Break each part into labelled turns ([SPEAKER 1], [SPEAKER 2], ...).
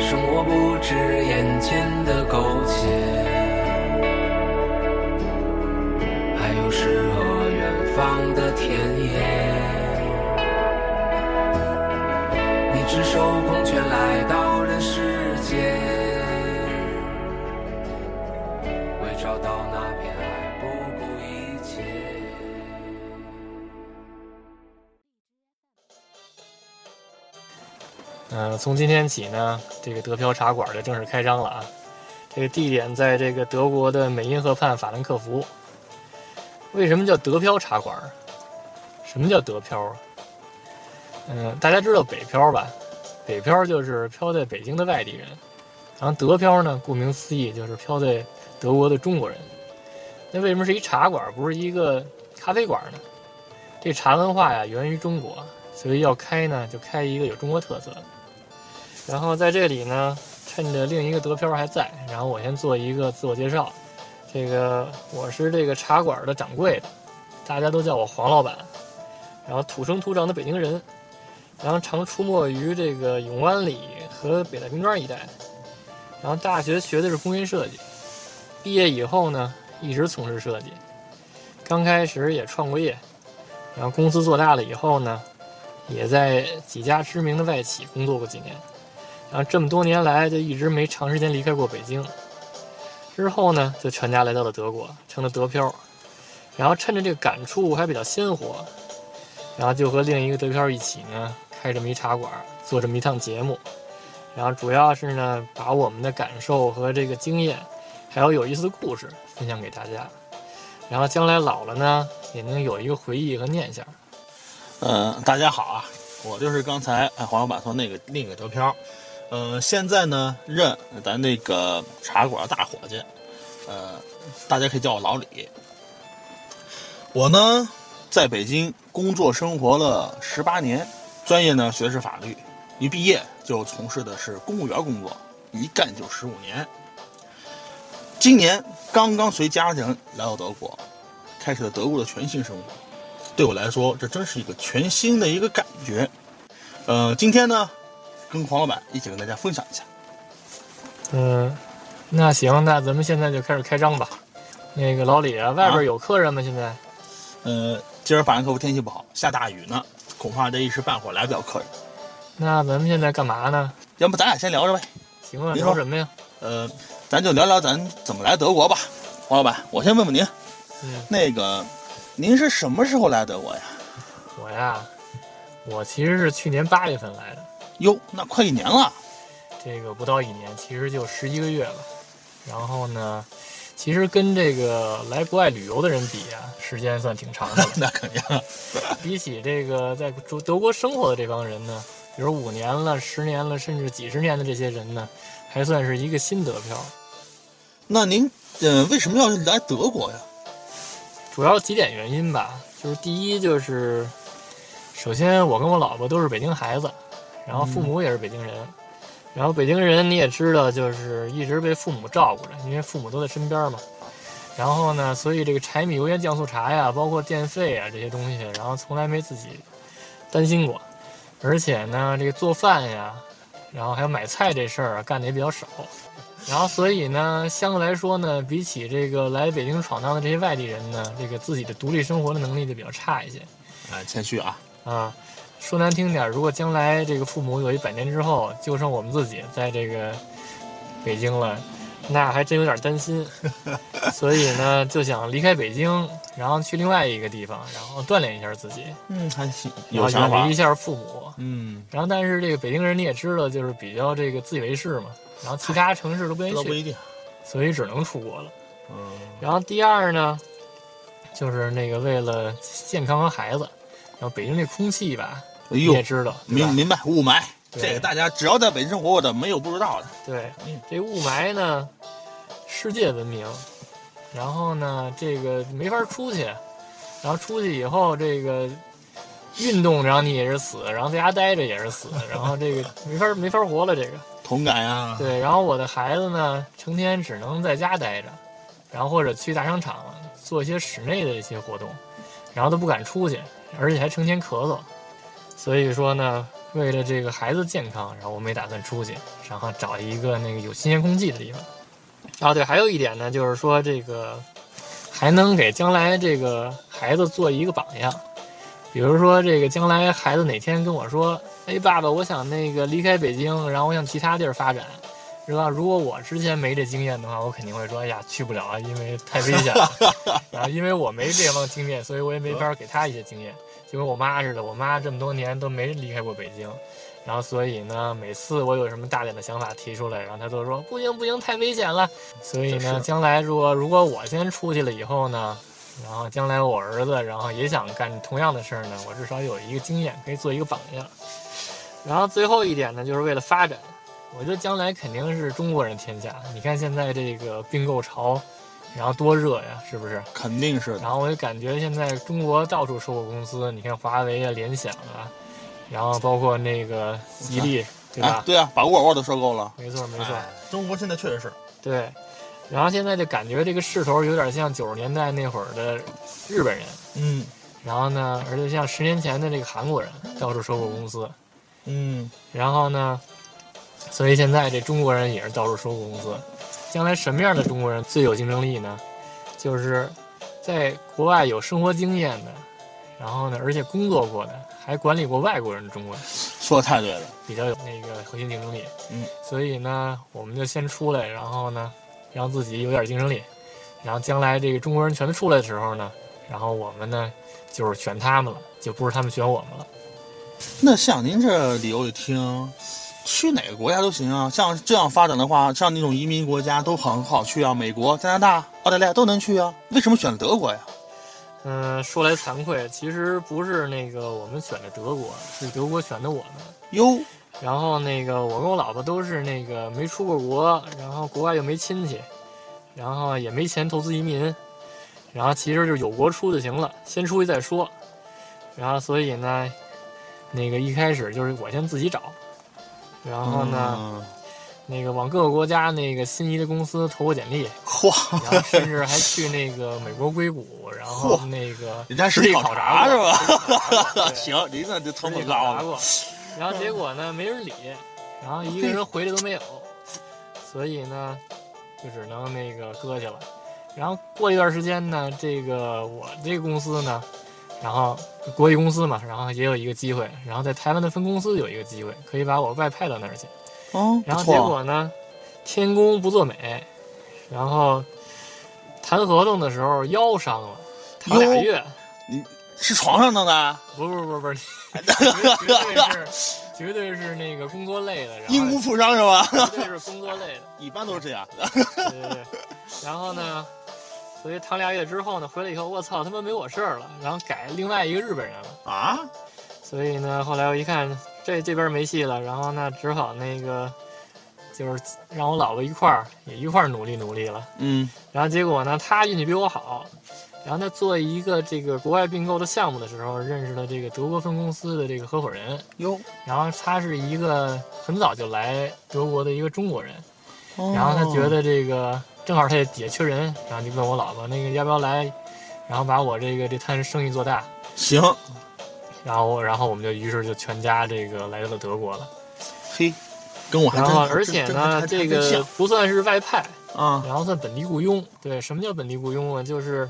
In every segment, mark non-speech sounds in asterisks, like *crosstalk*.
[SPEAKER 1] 生活不止眼前的苟且，还有诗和远方的田野。你赤手空拳来到人世间，为找到那片爱不顾一切。
[SPEAKER 2] 呃，从今天起呢，这个德飘茶馆就正式开张了啊。这个地点在这个德国的美因河畔法兰克福。为什么叫德飘茶馆？什么叫德飘啊？嗯、大家知道北漂吧？北漂就是漂在北京的外地人，然后德漂呢，顾名思义就是漂在德国的中国人。那为什么是一茶馆，不是一个咖啡馆呢？这茶文化呀，源于中国，所以要开呢，就开一个有中国特色的。然后在这里呢，趁着另一个德漂还在，然后我先做一个自我介绍。这个我是这个茶馆的掌柜的，大家都叫我黄老板。然后土生土长的北京人，然后常出没于这个永安里和北大冰川一带。然后大学学的是工业设计，毕业以后呢，一直从事设计。刚开始也创过业，然后公司做大了以后呢，也在几家知名的外企工作过几年，然啊后这么多年来就一直没长时间离开过北京。之后呢，就全家来到了德国，成了德漂，然后趁着这个感触还比较鲜活，然后就和另一个德漂一起呢，开这么一茶馆，做这么一趟节目，然后主要是呢，把我们的感受和这个经验，还有有意思的故事分享给大家，然后将来老了呢，也能有一个回忆和念想。
[SPEAKER 3] 呃，大家好啊，我就是刚才哎黄老板说那个那个德飘，呃，现在呢任咱那个茶馆大伙计，呃，大家可以叫我老李。我呢在北京工作生活了十八年，专业呢学的是法律，一毕业就从事的是公务员工作，一干就十五年。今年刚刚随家人来到德国，开始了德国的全新生活。对我来说，这真是一个全新的一个感觉。呃，今天呢，跟黄老板一起跟大家分享一下。
[SPEAKER 2] 嗯，那行，那咱们现在就开始开张吧。那个老李啊，外边
[SPEAKER 3] 啊
[SPEAKER 2] 有客人吗？现在？
[SPEAKER 3] 呃，今儿法兰克福天气不好，下大雨呢，恐怕这一时半会儿来不了客人。
[SPEAKER 2] 那咱们现在干嘛呢？
[SPEAKER 3] 要不咱俩先聊着呗？
[SPEAKER 2] 行啊，
[SPEAKER 3] 您
[SPEAKER 2] 聊
[SPEAKER 3] 说
[SPEAKER 2] 什么呀？
[SPEAKER 3] 呃，咱就聊聊咱怎么来德国吧。黄老板，我先问问您，
[SPEAKER 2] 嗯
[SPEAKER 3] 那个您是什么时候来德国呀？
[SPEAKER 2] 我呀，我其实是去年八月份来的，
[SPEAKER 3] 哟，那快一年了。
[SPEAKER 2] 这个不到一年，其实就十一个月吧。然后呢，其实跟这个来国外旅游的人比啊，时间算挺长的了。
[SPEAKER 3] *laughs* 那肯定，
[SPEAKER 2] 比起这个在德德国生活的这帮人呢，比如五年了、十年了，甚至几十年的这些人呢，还算是一个新德漂。
[SPEAKER 3] 那您呃为什么要来德国呀？
[SPEAKER 2] 主要几点原因吧，就是第一就是，首先我跟我老婆都是北京孩子，然后父母也是北京人，然后北京人你也知道，就是一直被父母照顾着，因为父母都在身边嘛。然后呢，所以这个柴米油盐酱醋茶呀，包括电费啊这些东西，然后从来没自己担心过。而且呢，这个做饭呀，然后还有买菜这事儿啊，干的也比较少。然后所以呢，相对来说呢，比起这个来北京闯荡的这些外地人呢，这个自己的独立生活的能力就比较差一些
[SPEAKER 3] 哎，谦虚啊。
[SPEAKER 2] 啊。说难听点儿，如果将来这个父母有一百年之后，就剩我们自己在这个北京了，那还真有点担
[SPEAKER 3] *laughs*
[SPEAKER 2] 心。所以呢，就想离开北京，然后去另外一个地方，然后锻炼一下自己，
[SPEAKER 3] 嗯，还行，
[SPEAKER 2] 然
[SPEAKER 3] 有
[SPEAKER 2] 后
[SPEAKER 3] 想
[SPEAKER 2] 远
[SPEAKER 3] 法
[SPEAKER 2] 离一。下父母。
[SPEAKER 3] 嗯，
[SPEAKER 2] 然后，但是这个北京人你也知道，就是比较这个自以为是嘛，然后其他城市都不愿
[SPEAKER 3] 这
[SPEAKER 2] 意
[SPEAKER 3] 不
[SPEAKER 2] 去，
[SPEAKER 3] 一定。
[SPEAKER 2] 所以只能出国了。
[SPEAKER 3] 嗯。
[SPEAKER 2] 然后第二呢，就是那个为了健康和孩子，然后北京这空气吧，
[SPEAKER 3] 哎
[SPEAKER 2] 你
[SPEAKER 3] 呦
[SPEAKER 2] 也，知道，对
[SPEAKER 3] 明
[SPEAKER 2] 吧
[SPEAKER 3] 明白雾霾，
[SPEAKER 2] 对
[SPEAKER 3] 这个大家只要在北京生活过的，没有不知道的。
[SPEAKER 2] 对
[SPEAKER 3] 嗯，
[SPEAKER 2] 这雾霾呢，世界闻名，然后呢，这个没法出去，然后出去以后，这个运动，然后你也是死，然后在家待着也是死，然后这个没法没法活了，这个
[SPEAKER 3] 同感啊，
[SPEAKER 2] 对。然后我的孩子呢，成天只能在家待着，然后或者去大商场做一些室内的一些活动，然后都不敢出去，而且还成天咳嗽，所以说呢，为了这个孩子健康，然后我们也打算出去，然后找一个那个有新鲜空气的地方。啊，对，还有一点呢，就是说这个还能给将来这个孩子做一个榜样，比如说这个将来孩子哪天跟我说：“哎，爸爸，我想那个离开北京，然后我想其他地儿发展。”是吧？如果我之前没这经验的话，我肯定会说：“哎呀，去不了啊，因为太危
[SPEAKER 3] *laughs*
[SPEAKER 2] 险了。”然后因为我没这方经验，所以我也没法给他一些经验。就跟我妈似的，我妈这么多年都没离开过北京，然后所以呢，每次我有什么大胆的想法提出来，然后她都说不行不行，太危险了。所以
[SPEAKER 3] 这
[SPEAKER 2] 呢，
[SPEAKER 3] 是
[SPEAKER 2] 将来如果如果我先出去了以后呢，然后将来我儿子然后也想干同样的事儿呢，我至少有一个经验，可以做一个榜样。然后最后一点呢，就是为了发展，我觉得将来肯定是中国人天下。你看现在这个并购潮，然后多热呀，是不是？
[SPEAKER 3] 肯定是的。
[SPEAKER 2] 然后我就感觉现在中国到处收购公司，你看华为啊、联想啊，然后包括那个吉利，对
[SPEAKER 3] 哎
[SPEAKER 2] 吧，？
[SPEAKER 3] 对啊，把沃尔沃都收购了。
[SPEAKER 2] 没错，没错，
[SPEAKER 3] 哎，中国现在确实是
[SPEAKER 2] 对。然后现在就感觉这个势头有点像九十年代那会儿的日本人，
[SPEAKER 3] 嗯
[SPEAKER 2] 然后呢，而且像十年前的这个韩国人到处收购公司，
[SPEAKER 3] 嗯，
[SPEAKER 2] 然后呢，所以现在这中国人也是到处收购公司。将来什么样的中国人最有竞争力呢？就是在国外有生活经验的，然后呢，而且工作过的，还管理过外国人的中国人
[SPEAKER 3] 说的太对了。
[SPEAKER 2] 比较有那个核心竞争力。
[SPEAKER 3] 嗯，
[SPEAKER 2] 所以呢，我们就先出来，然后呢，让自己有点竞争力，然后将来这个中国人全都出来的时候呢，然后我们呢就是选他们了，就不是他们选我们了。
[SPEAKER 3] 那像您这理由一听，去哪个国家都行啊。像这样发展的话，像那种移民国家都很好去啊，美国、加拿大、澳大利亚都能去啊。为什么选德国呀？
[SPEAKER 2] 嗯，说来惭愧，其实不是那个我们选的德国，是德国选的我们。
[SPEAKER 3] 哟，
[SPEAKER 2] 然后那个我跟我老婆都是那个没出过国，然后国外又没亲戚，然后也没钱投资移民，然后其实就是有国出就行了，先出去再说。然后所以呢，那个一开始就是我先自己找，然后呢，
[SPEAKER 3] 嗯？
[SPEAKER 2] 哦那个往各个国家那个心仪的公司投过简历，
[SPEAKER 3] 嚯，
[SPEAKER 2] 然后甚至还去那个美国硅谷，然后
[SPEAKER 3] 嚯
[SPEAKER 2] 那
[SPEAKER 3] *laughs*
[SPEAKER 2] 个
[SPEAKER 3] 人家
[SPEAKER 2] 实地
[SPEAKER 3] 实地
[SPEAKER 2] 考
[SPEAKER 3] 考察
[SPEAKER 2] 过
[SPEAKER 3] 是吧
[SPEAKER 2] 实地考察过对
[SPEAKER 3] 行，您这这成
[SPEAKER 2] 自己
[SPEAKER 3] 本
[SPEAKER 2] 考
[SPEAKER 3] 高
[SPEAKER 2] 察
[SPEAKER 3] 了。
[SPEAKER 2] 过，然后结果呢没人理，然后一个人回来都没有，所以呢就只能那个搁下了。然后过一段时间呢，这个我这个公司呢，然后国际公司嘛，然后也有一个机会，然后在台湾的分公司有一个机会，可以把我外派到那儿去。
[SPEAKER 3] 嗯，
[SPEAKER 2] 然
[SPEAKER 3] 不
[SPEAKER 2] 后结
[SPEAKER 3] 错。
[SPEAKER 2] 果呢，天公不作美，然后谈合同的时候腰伤了，谈俩
[SPEAKER 3] 哟
[SPEAKER 2] 月。
[SPEAKER 3] 是床上的啊呢？
[SPEAKER 2] 不不不不，绝对是绝对是那个工作累了，然后
[SPEAKER 3] 因公负伤是吧？
[SPEAKER 2] 绝对是工作累了，
[SPEAKER 3] 一般都是这样。
[SPEAKER 2] 对对对。然后呢，所以躺俩月之后呢，回来以后，我操，他妈没我事儿了，然后改另外一个日本人了。
[SPEAKER 3] 啊，
[SPEAKER 2] 所以呢，后来我一看这这边没戏了，然后呢，只好那个就是让我老婆一块儿也一块儿努力努力了。
[SPEAKER 3] 嗯，
[SPEAKER 2] 然后结果呢，他运气比我好，然后他做一个这个国外并购的项目的时候，认识了这个德国分公司的这个合伙人。
[SPEAKER 3] 哟，
[SPEAKER 2] 然后他是一个很早就来德国的一个中国人，
[SPEAKER 3] 哦
[SPEAKER 2] 然后他觉得这个正好他也也缺人，然后就问我老婆那个要不要来，然后把我这个这摊生意做大，
[SPEAKER 3] 行，
[SPEAKER 2] 然后我然后我们就于是就全家这个来到了德国了，
[SPEAKER 3] 嘿，跟我还
[SPEAKER 2] 然
[SPEAKER 3] 哦真
[SPEAKER 2] 后
[SPEAKER 3] 还
[SPEAKER 2] 而
[SPEAKER 3] 真
[SPEAKER 2] 且
[SPEAKER 3] 真还
[SPEAKER 2] 呢
[SPEAKER 3] 还
[SPEAKER 2] 这
[SPEAKER 3] 真像
[SPEAKER 2] 个不算是外派，
[SPEAKER 3] 啊，
[SPEAKER 2] 然后算本地雇佣。对，什么叫本地雇佣啊？就是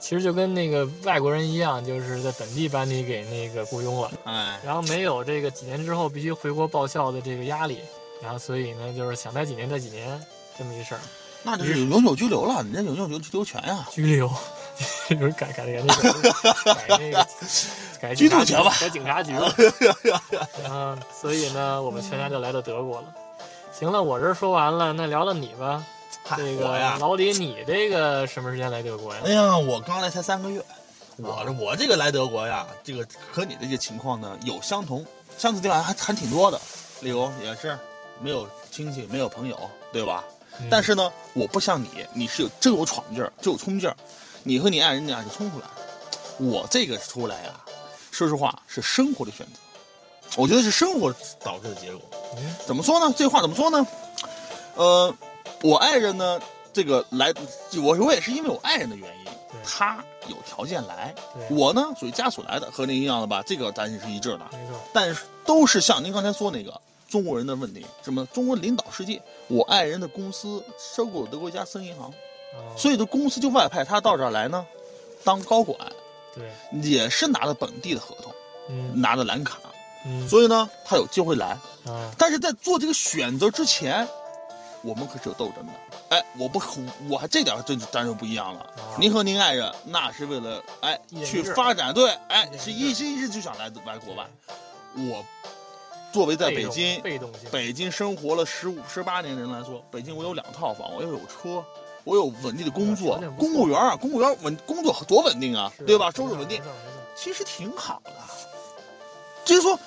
[SPEAKER 2] 其实就跟那个外国人一样，就是在本地把你给那个雇佣了。
[SPEAKER 3] 哎，
[SPEAKER 2] 然后没有这个几年之后必须回国报效的这个压力，然后所以呢，就是想待几年待几年这么一事儿，
[SPEAKER 3] 那就是永久居留了，你这永久居留权呀。
[SPEAKER 2] 拘留， *laughs* 就是改改那个改那个改
[SPEAKER 3] 拘
[SPEAKER 2] 警察
[SPEAKER 3] 住去吧
[SPEAKER 2] 改警察局了。然后所以呢，我们全家就来到德国了。行了，我这儿说完了，那聊聊你吧。
[SPEAKER 3] 嗨
[SPEAKER 2] 这
[SPEAKER 3] 我
[SPEAKER 2] 个
[SPEAKER 3] 呀，
[SPEAKER 2] 老李，你这个什么时间来德国呀？
[SPEAKER 3] 哎呀，我刚来才三个月，我这我这个来德国呀，这个和你这个情况呢有相同，相似地方还还挺多的。理由也是没有亲戚，没有朋友，对吧？
[SPEAKER 2] 嗯
[SPEAKER 3] 但是呢，我不像你，你是有真有闯劲儿，真有冲劲儿，你和你爱人俩就冲出来了。我这个出来呀、说实话是生活的选择，我觉得是生活导致的结果。
[SPEAKER 2] 嗯
[SPEAKER 3] 怎么说呢？这话怎么说呢？呃，我爱人呢，这个来，我我也是因为我爱人的原因
[SPEAKER 2] 对，
[SPEAKER 3] 他有条件来，
[SPEAKER 2] 对
[SPEAKER 3] 我呢属于家属来的，和您一样的吧？这个咱也是一致的。
[SPEAKER 2] 没错，
[SPEAKER 3] 但是都是像您刚才说那个中国人的问题，什么中国领导世界，我爱人的公司收购了德国一家私人银行，
[SPEAKER 2] 哦
[SPEAKER 3] 所以这公司就外派他到这儿来呢，当高管，
[SPEAKER 2] 对，
[SPEAKER 3] 也是拿着本地的合同，
[SPEAKER 2] 嗯
[SPEAKER 3] 拿着蓝卡，
[SPEAKER 2] 嗯
[SPEAKER 3] 所以呢，他有机会来。
[SPEAKER 2] 啊，
[SPEAKER 3] 但是在做这个选择之前，我们可是有斗争的。哎，我不，我还这点儿这当然不一样了。
[SPEAKER 2] 啊
[SPEAKER 3] 您和您爱人那是为了哎
[SPEAKER 2] 一人一
[SPEAKER 3] 去
[SPEAKER 2] 致
[SPEAKER 3] 发展，对，哎
[SPEAKER 2] 一人一致
[SPEAKER 3] 是一心一意就想来来国外。我作为在
[SPEAKER 2] 被
[SPEAKER 3] 北
[SPEAKER 2] 动
[SPEAKER 3] 京
[SPEAKER 2] 被动性，
[SPEAKER 3] 北京生活了十五十八年的人来说，北京我有两套房，我又有车，我有稳定的工
[SPEAKER 2] 条
[SPEAKER 3] 作
[SPEAKER 2] 件，不错
[SPEAKER 3] 公务员啊，公务员稳工作多稳定啊
[SPEAKER 2] 是，
[SPEAKER 3] 对吧？收入稳定
[SPEAKER 2] 没，错没错
[SPEAKER 3] 其实挺好的。就是说，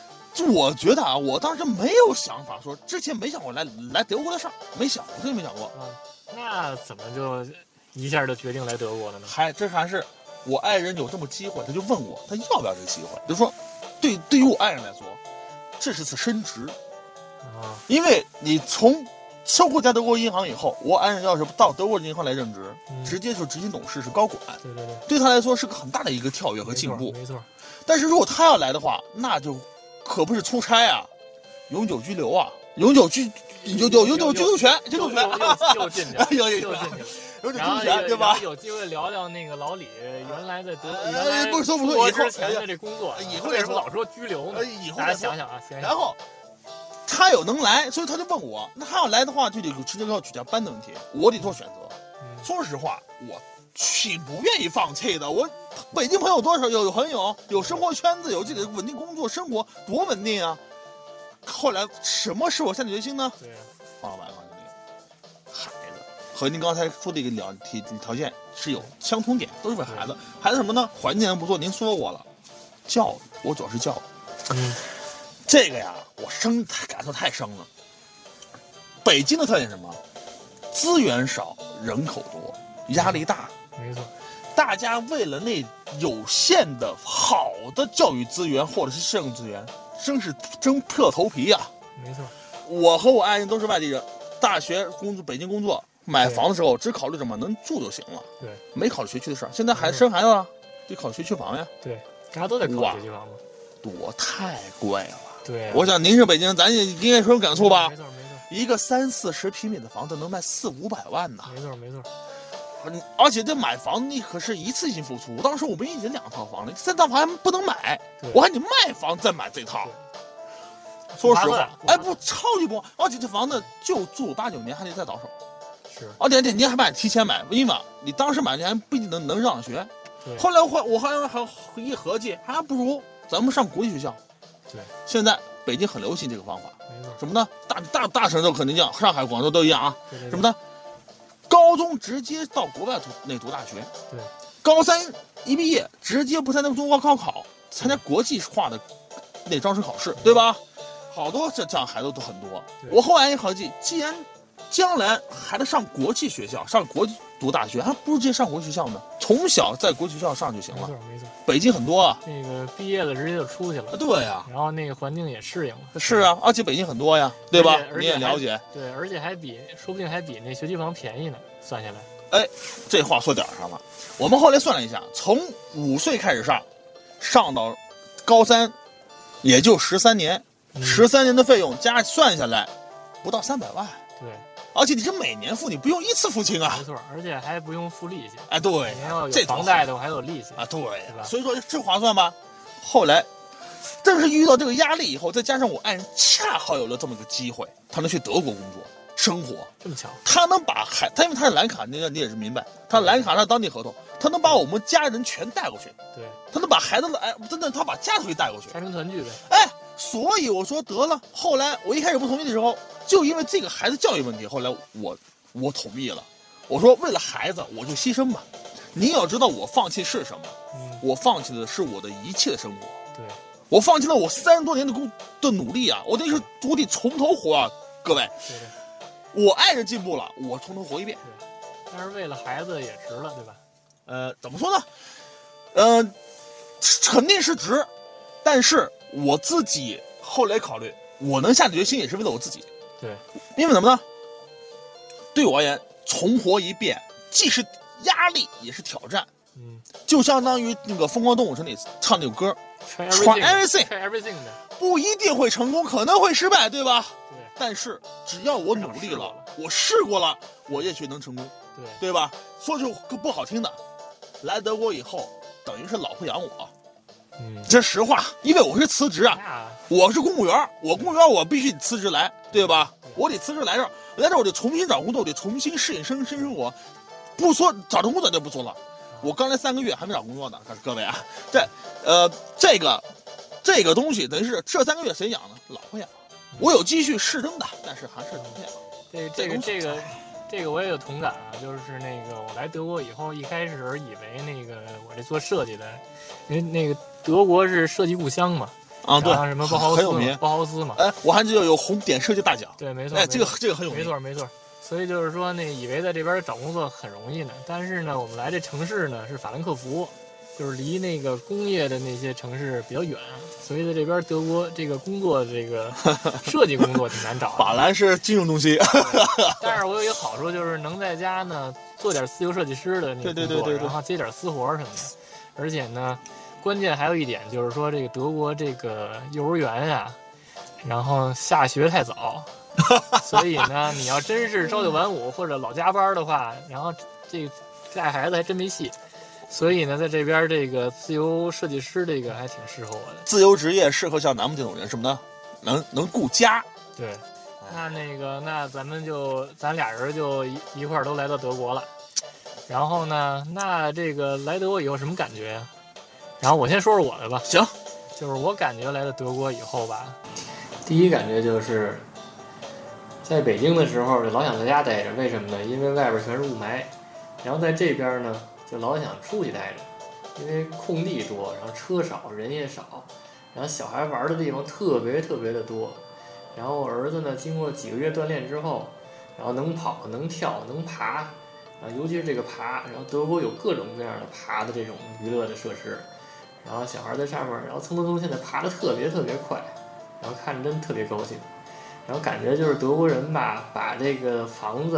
[SPEAKER 3] 我觉得啊，我当时没有想法说，之前没想过来来德国的事儿，没想过，真没想过。
[SPEAKER 2] 啊，那怎么就一下就决定来德国了呢？
[SPEAKER 3] 还这还是我爱人有这么机会，他就问我他要不要这个机会。就说，对对于我爱人来说，这是次升职，
[SPEAKER 2] 啊，
[SPEAKER 3] 因为你从收购在德国银行以后，我爱人要是到德国银行来任职，
[SPEAKER 2] 嗯
[SPEAKER 3] 直接就执行董事是高管，
[SPEAKER 2] 对对对，
[SPEAKER 3] 对他来说是个很大的一个跳跃和
[SPEAKER 2] 没
[SPEAKER 3] 进
[SPEAKER 2] 错
[SPEAKER 3] 步。
[SPEAKER 2] 没错，
[SPEAKER 3] 但是如果他要来的话，那就可不是出差啊，永久居留啊，永久居有有永久居住权，居住权，
[SPEAKER 2] 又又又进去了
[SPEAKER 3] *laughs* ，有有
[SPEAKER 2] 又
[SPEAKER 3] 有
[SPEAKER 2] 进去了。
[SPEAKER 3] 永久居
[SPEAKER 2] 然
[SPEAKER 3] 住
[SPEAKER 2] 后有
[SPEAKER 3] 权，对吧？
[SPEAKER 2] 有机会聊聊那个老李原来在德，
[SPEAKER 3] 哎
[SPEAKER 2] 原来
[SPEAKER 3] 不说不说
[SPEAKER 2] 出国
[SPEAKER 3] 以后
[SPEAKER 2] 之前的这工作，啊
[SPEAKER 3] 哎以后
[SPEAKER 2] 为
[SPEAKER 3] 再
[SPEAKER 2] 什么
[SPEAKER 3] 说
[SPEAKER 2] 老说拘留呢
[SPEAKER 3] 哎？以后
[SPEAKER 2] 大家
[SPEAKER 3] 再说
[SPEAKER 2] 想想啊，想想
[SPEAKER 3] 然后他有能来，所以他就问我，那他要来的话，就得直接要举家搬的问题，我得做选择。
[SPEAKER 2] 嗯
[SPEAKER 3] 说实话，我挺不愿意放弃的。我北京朋友多少，有有朋友，有生活圈子，有自己的稳定工作，生活多稳定啊。后来什么 *laughs* 使我下定决心呢？
[SPEAKER 2] 对，
[SPEAKER 3] 八百万的孩子，和您刚才说的一个两条条件是有相同点，都是为孩子。孩子什么呢？环境不错，您说过了，教育，我主要是教育。
[SPEAKER 2] 嗯
[SPEAKER 3] 这个呀，我深感受太深了。北京的特点是什么？资源少，人口多，压力大，
[SPEAKER 2] 没错，
[SPEAKER 3] 大家为了那有限的好的教育资源或者是适应资源，真是争破头皮啊呀、
[SPEAKER 2] 没错，
[SPEAKER 3] 我和我爱人都是外地人，大学工作北京工作，买房的时候只考虑什么能住就行了，
[SPEAKER 2] 对
[SPEAKER 3] 没考虑学区的事儿。现在孩子生孩子了，就考虑学区房呀，
[SPEAKER 2] 对，大家都在考
[SPEAKER 3] 哇
[SPEAKER 2] 学区房嘛。
[SPEAKER 3] 多太贵了。
[SPEAKER 2] 对啊，
[SPEAKER 3] 我想您是北京，咱也应该说感受吧
[SPEAKER 2] 没。错没错
[SPEAKER 3] 一个三四十平米的房子能卖四五百万呢，
[SPEAKER 2] 没错没错，
[SPEAKER 3] 嗯而且这买房你可是一次性付出。当时我们一人两套房了，三套房还不能买
[SPEAKER 2] 对，
[SPEAKER 3] 我还得卖房再买这套
[SPEAKER 2] 对。
[SPEAKER 3] 说实
[SPEAKER 2] 不麻
[SPEAKER 3] 话
[SPEAKER 2] 烦，
[SPEAKER 3] 哎，不，超级不，而且这房子就住八九年还得再倒手。
[SPEAKER 2] 是
[SPEAKER 3] 而且你还买提前买，因为你当时买你还不一定能能上学。
[SPEAKER 2] 对
[SPEAKER 3] 后来我还我还还一合计，还不如咱们上国际学校。
[SPEAKER 2] 对，
[SPEAKER 3] 现在北京很流行这个方法，
[SPEAKER 2] 没错，
[SPEAKER 3] 什么呢？大大大城市肯定一样，上海、广州都一样啊。
[SPEAKER 2] 对对
[SPEAKER 3] 什么呢？高中直接到国外读那读大学，
[SPEAKER 2] 对
[SPEAKER 3] 高三一毕业直接不参加中国高考，参加国际化的那招生考试，对吧？好多这这样孩子都很多。
[SPEAKER 2] 嗯对
[SPEAKER 3] 我后来一合计，既然将来孩子上国际学校，上国际读大学，还不如直接上国际学校呢。从小在国际学校上就行
[SPEAKER 2] 没
[SPEAKER 3] 了。
[SPEAKER 2] 错没错，
[SPEAKER 3] 北京很多啊，
[SPEAKER 2] 那个毕业了直接就出去了，
[SPEAKER 3] 对呀、
[SPEAKER 2] 然后那个环境也适应了，
[SPEAKER 3] 是啊，而且北京很多呀，对吧
[SPEAKER 2] 而且？而且
[SPEAKER 3] 你也
[SPEAKER 2] 还
[SPEAKER 3] 了解。
[SPEAKER 2] 对，而且还比说不定还比那学区房便宜呢，算下来，
[SPEAKER 3] 这话说点儿上了。我们后来算了一下，从五岁开始上，上到高三，也就十三年，
[SPEAKER 2] 嗯
[SPEAKER 3] 十三年的费用加算下来，不到三百万。
[SPEAKER 2] 对，
[SPEAKER 3] 而且你是每年付，你不用一次付清啊
[SPEAKER 2] 没。错，而且还不用付利息，
[SPEAKER 3] 哎，对
[SPEAKER 2] 你要，
[SPEAKER 3] 这
[SPEAKER 2] 有房贷
[SPEAKER 3] 的
[SPEAKER 2] 的话还有利息
[SPEAKER 3] 啊，对
[SPEAKER 2] 是吧
[SPEAKER 3] 所以说这划算吧。后来，正是遇到这个压力以后，再加上我爱人恰好有了这么个机会，他能去德国工作生活，
[SPEAKER 2] 这么巧，
[SPEAKER 3] 他能把海，他因为他是蓝卡，你也你也是明白，他蓝卡他当地合同，他能把我们家人全带过去，
[SPEAKER 2] 对，
[SPEAKER 3] 他能把孩子的哎，真的他把家属给带过去，
[SPEAKER 2] 家庭团聚呗，
[SPEAKER 3] 哎，所以我说得了。后来我一开始不同意的时候，就因为这个孩子教育问题，后来我我同意了。我说为了孩子，我就牺牲吧。你要知道我放弃是什么，
[SPEAKER 2] 嗯，
[SPEAKER 3] 我放弃的是我的一切生活，
[SPEAKER 2] 对，
[SPEAKER 3] 我放弃了我三十多年的工的努力啊，我得是我得从头活啊，各位，
[SPEAKER 2] 对对。
[SPEAKER 3] 我爱人进步了，我从头活一遍。
[SPEAKER 2] 但是为了孩子也值了，对吧？
[SPEAKER 3] 呃，怎么说呢？呃，肯定是值，但是我自己后来考虑，我能下决心也是为了我自己，
[SPEAKER 2] 对，
[SPEAKER 3] 因为什么呢？对我而言，重活一遍既是压力也是挑战，
[SPEAKER 2] 嗯
[SPEAKER 3] 就相当于那个《疯狂动物城》里唱那首歌，
[SPEAKER 2] ，try
[SPEAKER 3] Try
[SPEAKER 2] everything
[SPEAKER 3] everything
[SPEAKER 2] try everything 的，
[SPEAKER 3] 不一定会成功，可能会失败，对吧？
[SPEAKER 2] 对
[SPEAKER 3] 但是只要我努力了，我试过了，我也许能成功，
[SPEAKER 2] 对
[SPEAKER 3] 对吧？说句不好听的，来德国以后，等于是老婆养我，
[SPEAKER 2] 嗯，
[SPEAKER 3] 这实话，因为我是辞职啊，
[SPEAKER 2] 那
[SPEAKER 3] 我是公务员，我公务员我必须得辞职来，对吧？我得辞职来这儿，来这儿我得重新找工作，我得重新适应生新生活。不说找着工作就不说了，我刚来三个月还没找工作呢，各各位啊，这呃这个这个东西等于是这三个月谁养呢？老婆养，我有积蓄是真的，但是还是老婆养。
[SPEAKER 2] 这这个这个这个我也有同感啊，就是那个我来德国以后，一开始以为那个我这做设计的，因为那个德国是设计故乡嘛，
[SPEAKER 3] 啊，对
[SPEAKER 2] 然后，什么包豪斯
[SPEAKER 3] 很很有
[SPEAKER 2] 嘛
[SPEAKER 3] 名，。
[SPEAKER 2] 包豪斯嘛，
[SPEAKER 3] 哎，我还记得有红点设计大奖，
[SPEAKER 2] 对，没错，
[SPEAKER 3] 哎，
[SPEAKER 2] 没
[SPEAKER 3] 这个
[SPEAKER 2] 错
[SPEAKER 3] 这个很有
[SPEAKER 2] 没
[SPEAKER 3] 名。
[SPEAKER 2] 错没错。所以就是说呢，以为在这边找工作很容易呢，但是呢，我们来这城市呢是法兰克福，就是离那个工业的那些城市比较远，所以在这边德国这个工作这
[SPEAKER 3] *laughs*
[SPEAKER 2] 个设计工作挺难找
[SPEAKER 3] 法
[SPEAKER 2] 的。
[SPEAKER 3] 兰是金融中心， *laughs*
[SPEAKER 2] *laughs* 但是我有一个好处就是能在家呢做点自由设计师的那个工作，
[SPEAKER 3] 对对对对对
[SPEAKER 2] 然后接点私活什么的，而且呢，关键还有一点就是说这个德国这个幼儿园呀、然后下学太
[SPEAKER 3] *laughs*
[SPEAKER 2] 早，所以呢，你要真是朝九晚五或者老加班的话，然后这个带孩子还真没戏。所以呢，在这边这个自由设计师这个还挺适合我的。
[SPEAKER 3] 自由职业适合像咱们这种人什么呢？能能顾家，
[SPEAKER 2] 对，那那个那咱们就咱俩人就一一块儿都来到德国了，然后呢，那这个来德国以后什么感觉呀？然后我先说说我的吧，
[SPEAKER 3] 行，
[SPEAKER 2] 就是我感觉来到德国以后吧，第一感觉就是，在北京的时候就老想在家待着，为什么呢？因为外边全是雾霾，然后在这边呢就老想出去待着，因为空地多，然后车少，人也少，然后小孩玩的地方特别特别的多。然后我儿子呢，经过几个月锻炼之后，然后能跑、能跳、能爬，啊，尤其是这个爬，然后德国有各种各样的爬的这种娱乐的设施，然后小孩在上面，然后蹭蹭蹭，现在爬的特别特别快，然后看着真特别高兴，然后感觉就是德国人吧，把这个房子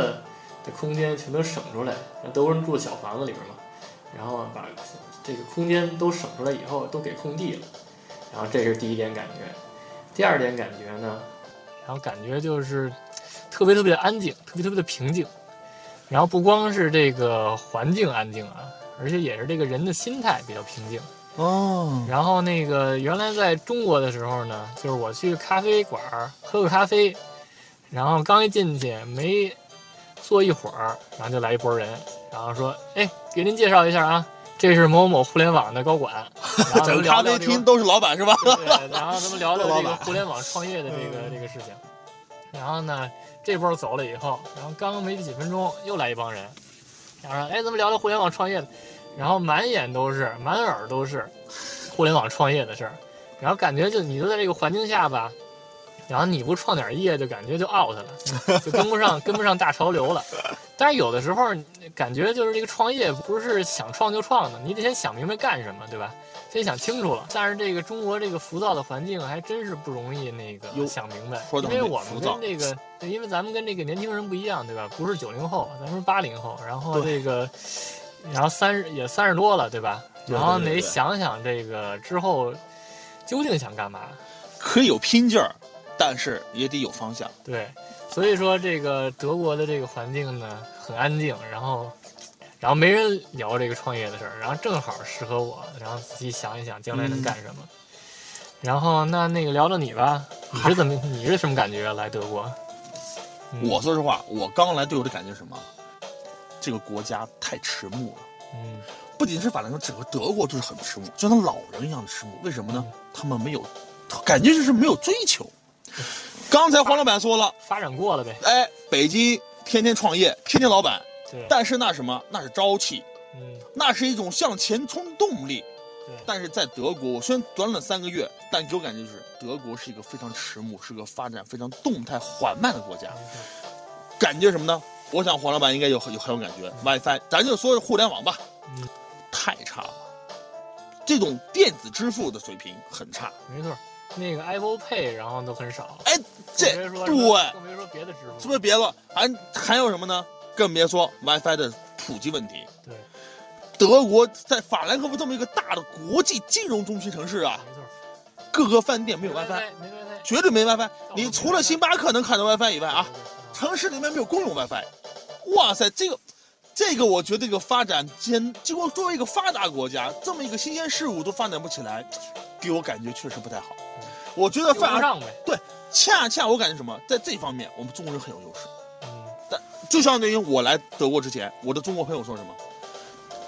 [SPEAKER 2] 的空间全都省出来，那德国人住小房子里边嘛，然后把这个空间都省出来以后，都给空地了，然后这是第一点感觉，第二点感觉呢，然后感觉就是特别特别的安静，特别特别的平静。然后不光是这个环境安静啊，而且也是这个人的心态比较平静。
[SPEAKER 3] 哦，
[SPEAKER 2] 然后那个原来在中国的时候呢，就是我去咖啡馆儿喝个咖啡，然后刚一进去没坐一会儿，然后就来一拨人，然后说：“哎，给您介绍一下啊，这是某某某互联网的高管。”然
[SPEAKER 3] *laughs*
[SPEAKER 2] 后咱
[SPEAKER 3] 整
[SPEAKER 2] 们
[SPEAKER 3] 个
[SPEAKER 2] 聊
[SPEAKER 3] 啊咖
[SPEAKER 2] 聊这
[SPEAKER 3] 啡
[SPEAKER 2] 个
[SPEAKER 3] 厅都是老板是吧？
[SPEAKER 2] 对，然后咱们聊聊
[SPEAKER 3] 窦
[SPEAKER 2] 这
[SPEAKER 3] 老
[SPEAKER 2] 个
[SPEAKER 3] 板
[SPEAKER 2] 互联网创业的这个
[SPEAKER 3] 嗯
[SPEAKER 2] 这个事情。然后呢，这波走了以后，然后刚没几分钟，又来一帮人，然后说：“哎，咱们聊聊互联网创业的。”然后满眼都是，满耳都是互联网创业的事儿，然后感觉就你就在这个环境下吧，然后你不创点业，就感觉就 out
[SPEAKER 3] *laughs*
[SPEAKER 2] 了，就跟不上跟不上大潮流了。但是有的时候感觉就是这个创业不是想创就创的，你得先想明白干什么，对吧？先想清楚了。但是这个中国这个浮躁的环境还真是不容易那个
[SPEAKER 3] 哟
[SPEAKER 2] 想明白，
[SPEAKER 3] 说
[SPEAKER 2] 因
[SPEAKER 3] 到
[SPEAKER 2] 为
[SPEAKER 3] 那
[SPEAKER 2] 我
[SPEAKER 3] 浮
[SPEAKER 2] 们
[SPEAKER 3] 躁
[SPEAKER 2] 跟这个，对因为咱们跟这个年轻人不一样，对吧？不是九零后，咱们是八零后，然后这个，然后三十也三十多了，对吧？
[SPEAKER 3] 对
[SPEAKER 2] 然后
[SPEAKER 3] 对对
[SPEAKER 2] 得
[SPEAKER 3] 对
[SPEAKER 2] 想想这个之后究竟想干嘛。
[SPEAKER 3] 可以有拼劲儿，但是也得有方向。
[SPEAKER 2] 对，所以说这个德国的这个环境呢很安静，然后然后没人聊这个创业的事儿，然后正好适合我，然后仔细想一想将来能
[SPEAKER 3] 嗯
[SPEAKER 2] 干什么。然后那那个聊聊你吧，你是怎么你是什么感觉啊来德国？嗯
[SPEAKER 3] 我说实话，我刚来对我的感觉是什么？这个国家太迟暮了，
[SPEAKER 2] 嗯
[SPEAKER 3] 不仅是法兰克，整个德国就是很迟暮，就像老人一样的迟暮。为什么呢？他们没有，感觉就是没有追求。刚才黄老板说了，
[SPEAKER 2] 发展过了呗，
[SPEAKER 3] 哎，北京天天创业，天天老板，
[SPEAKER 2] 对，
[SPEAKER 3] 但是那什么，那是朝气，
[SPEAKER 2] 嗯
[SPEAKER 3] 那是一种向前冲动力。
[SPEAKER 2] 对，
[SPEAKER 3] 但是在德国，我虽然短短三个月，但给我感觉就是德国是一个非常迟暮，是个发展非常动态缓慢的国
[SPEAKER 2] 嗯
[SPEAKER 3] 家。感觉什么呢？我想黄老板应该有有很有感觉。WiFi，咱就说互联网吧，
[SPEAKER 2] 嗯
[SPEAKER 3] 太差了。这种电子支付的水平很差。
[SPEAKER 2] 没错，那个 Apple Pay 然后都很少，
[SPEAKER 3] 哎，这
[SPEAKER 2] 更别说
[SPEAKER 3] 对，
[SPEAKER 2] 更别说别的支付，
[SPEAKER 3] 是不是？别了？还还有什么呢？更别说 WiFi 的普及问题。
[SPEAKER 2] 对，
[SPEAKER 3] 德国在法兰克福这么一个大的国际金融中心城市啊，
[SPEAKER 2] 没错，
[SPEAKER 3] 各个饭店没
[SPEAKER 2] 没
[SPEAKER 3] 有
[SPEAKER 2] WiFi，
[SPEAKER 3] WiFi，
[SPEAKER 2] 没 WiFi
[SPEAKER 3] 绝对没 WiFi。
[SPEAKER 2] 没
[SPEAKER 3] 你除了星巴克能看到 WiFi 以外啊，，城市里面没有公用 WiFi。哇塞，这个，这个我觉得这个发展间，结果作为一个发达国家，这么一个新鲜事物都发展不起来，给我感觉确实不太好。我觉
[SPEAKER 2] 对
[SPEAKER 3] 得
[SPEAKER 2] 对对
[SPEAKER 3] 反
[SPEAKER 2] 跟不上
[SPEAKER 3] 而
[SPEAKER 2] 呗，
[SPEAKER 3] 恰恰我感觉什么，在这方面我们中国人很有优势。
[SPEAKER 2] 嗯，
[SPEAKER 3] 就相当于我来德国之前，我的中国朋友说什么？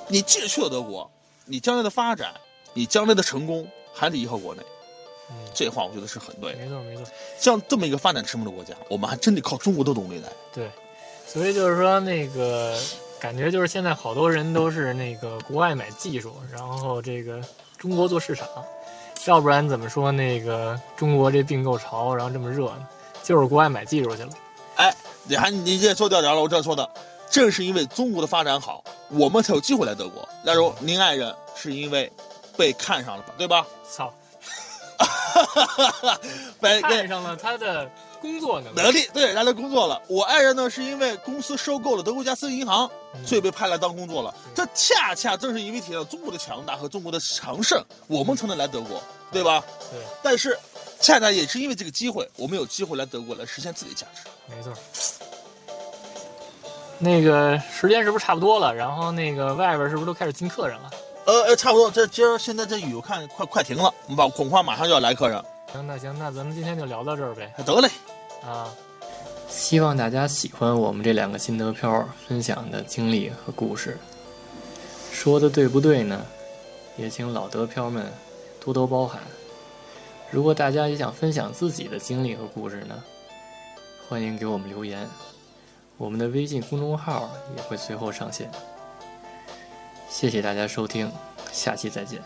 [SPEAKER 3] 你即使去了德国，你将来的发展，你将来的成功还得依靠国内。
[SPEAKER 2] 嗯
[SPEAKER 3] 这话我觉得是很对的。
[SPEAKER 2] 没错没错，
[SPEAKER 3] 像这么一个发展迟暮的国家，我们还真得靠中国的动力来。
[SPEAKER 2] 对，所以就是说那个感觉就是现在好多人都是那个国外买技术，然后这个中国做市场，要不然怎么说那个中国这并购潮然后这么热呢？就是国外买技术去了，
[SPEAKER 3] 你还你这说掉点了，我这说的，正是因为中国的发展好，我们才有机会来德国。例如您爱人是因为被看上了吧，对吧？
[SPEAKER 2] 操，
[SPEAKER 3] 被
[SPEAKER 2] 看
[SPEAKER 3] 被
[SPEAKER 2] 上了他的工作能力，
[SPEAKER 3] 哎能力对来来工作了。我爱人呢是因为公司收购了德国一家私营银行，
[SPEAKER 2] 嗯
[SPEAKER 3] 所以被派来当工作了。这恰恰正是因为体现了中国的强大和中国的强盛，我们才能来德国，对吧？
[SPEAKER 2] 对，
[SPEAKER 3] 但是，恰恰也是因为这个机会，我们有机会来德国来实现自己的价值。
[SPEAKER 2] 没错。那个时间是不是差不多了？然后那个外边是不是都开始进客人了？
[SPEAKER 3] 呃呃，差不多，这今儿现在这雨我看快快停了，我们把恐怕马上就要来客人。
[SPEAKER 2] 行，那行，那咱们今天就聊到这儿呗。
[SPEAKER 3] 得嘞，
[SPEAKER 2] 啊，希望大家喜欢我们这两个新德漂分享的经历和故事。说的对不对呢？也请老德漂们多多包涵。如果大家也想分享自己的经历和故事呢，欢迎给我们留言，我们的微信公众号也会随后上线。谢谢大家收听，下期再见。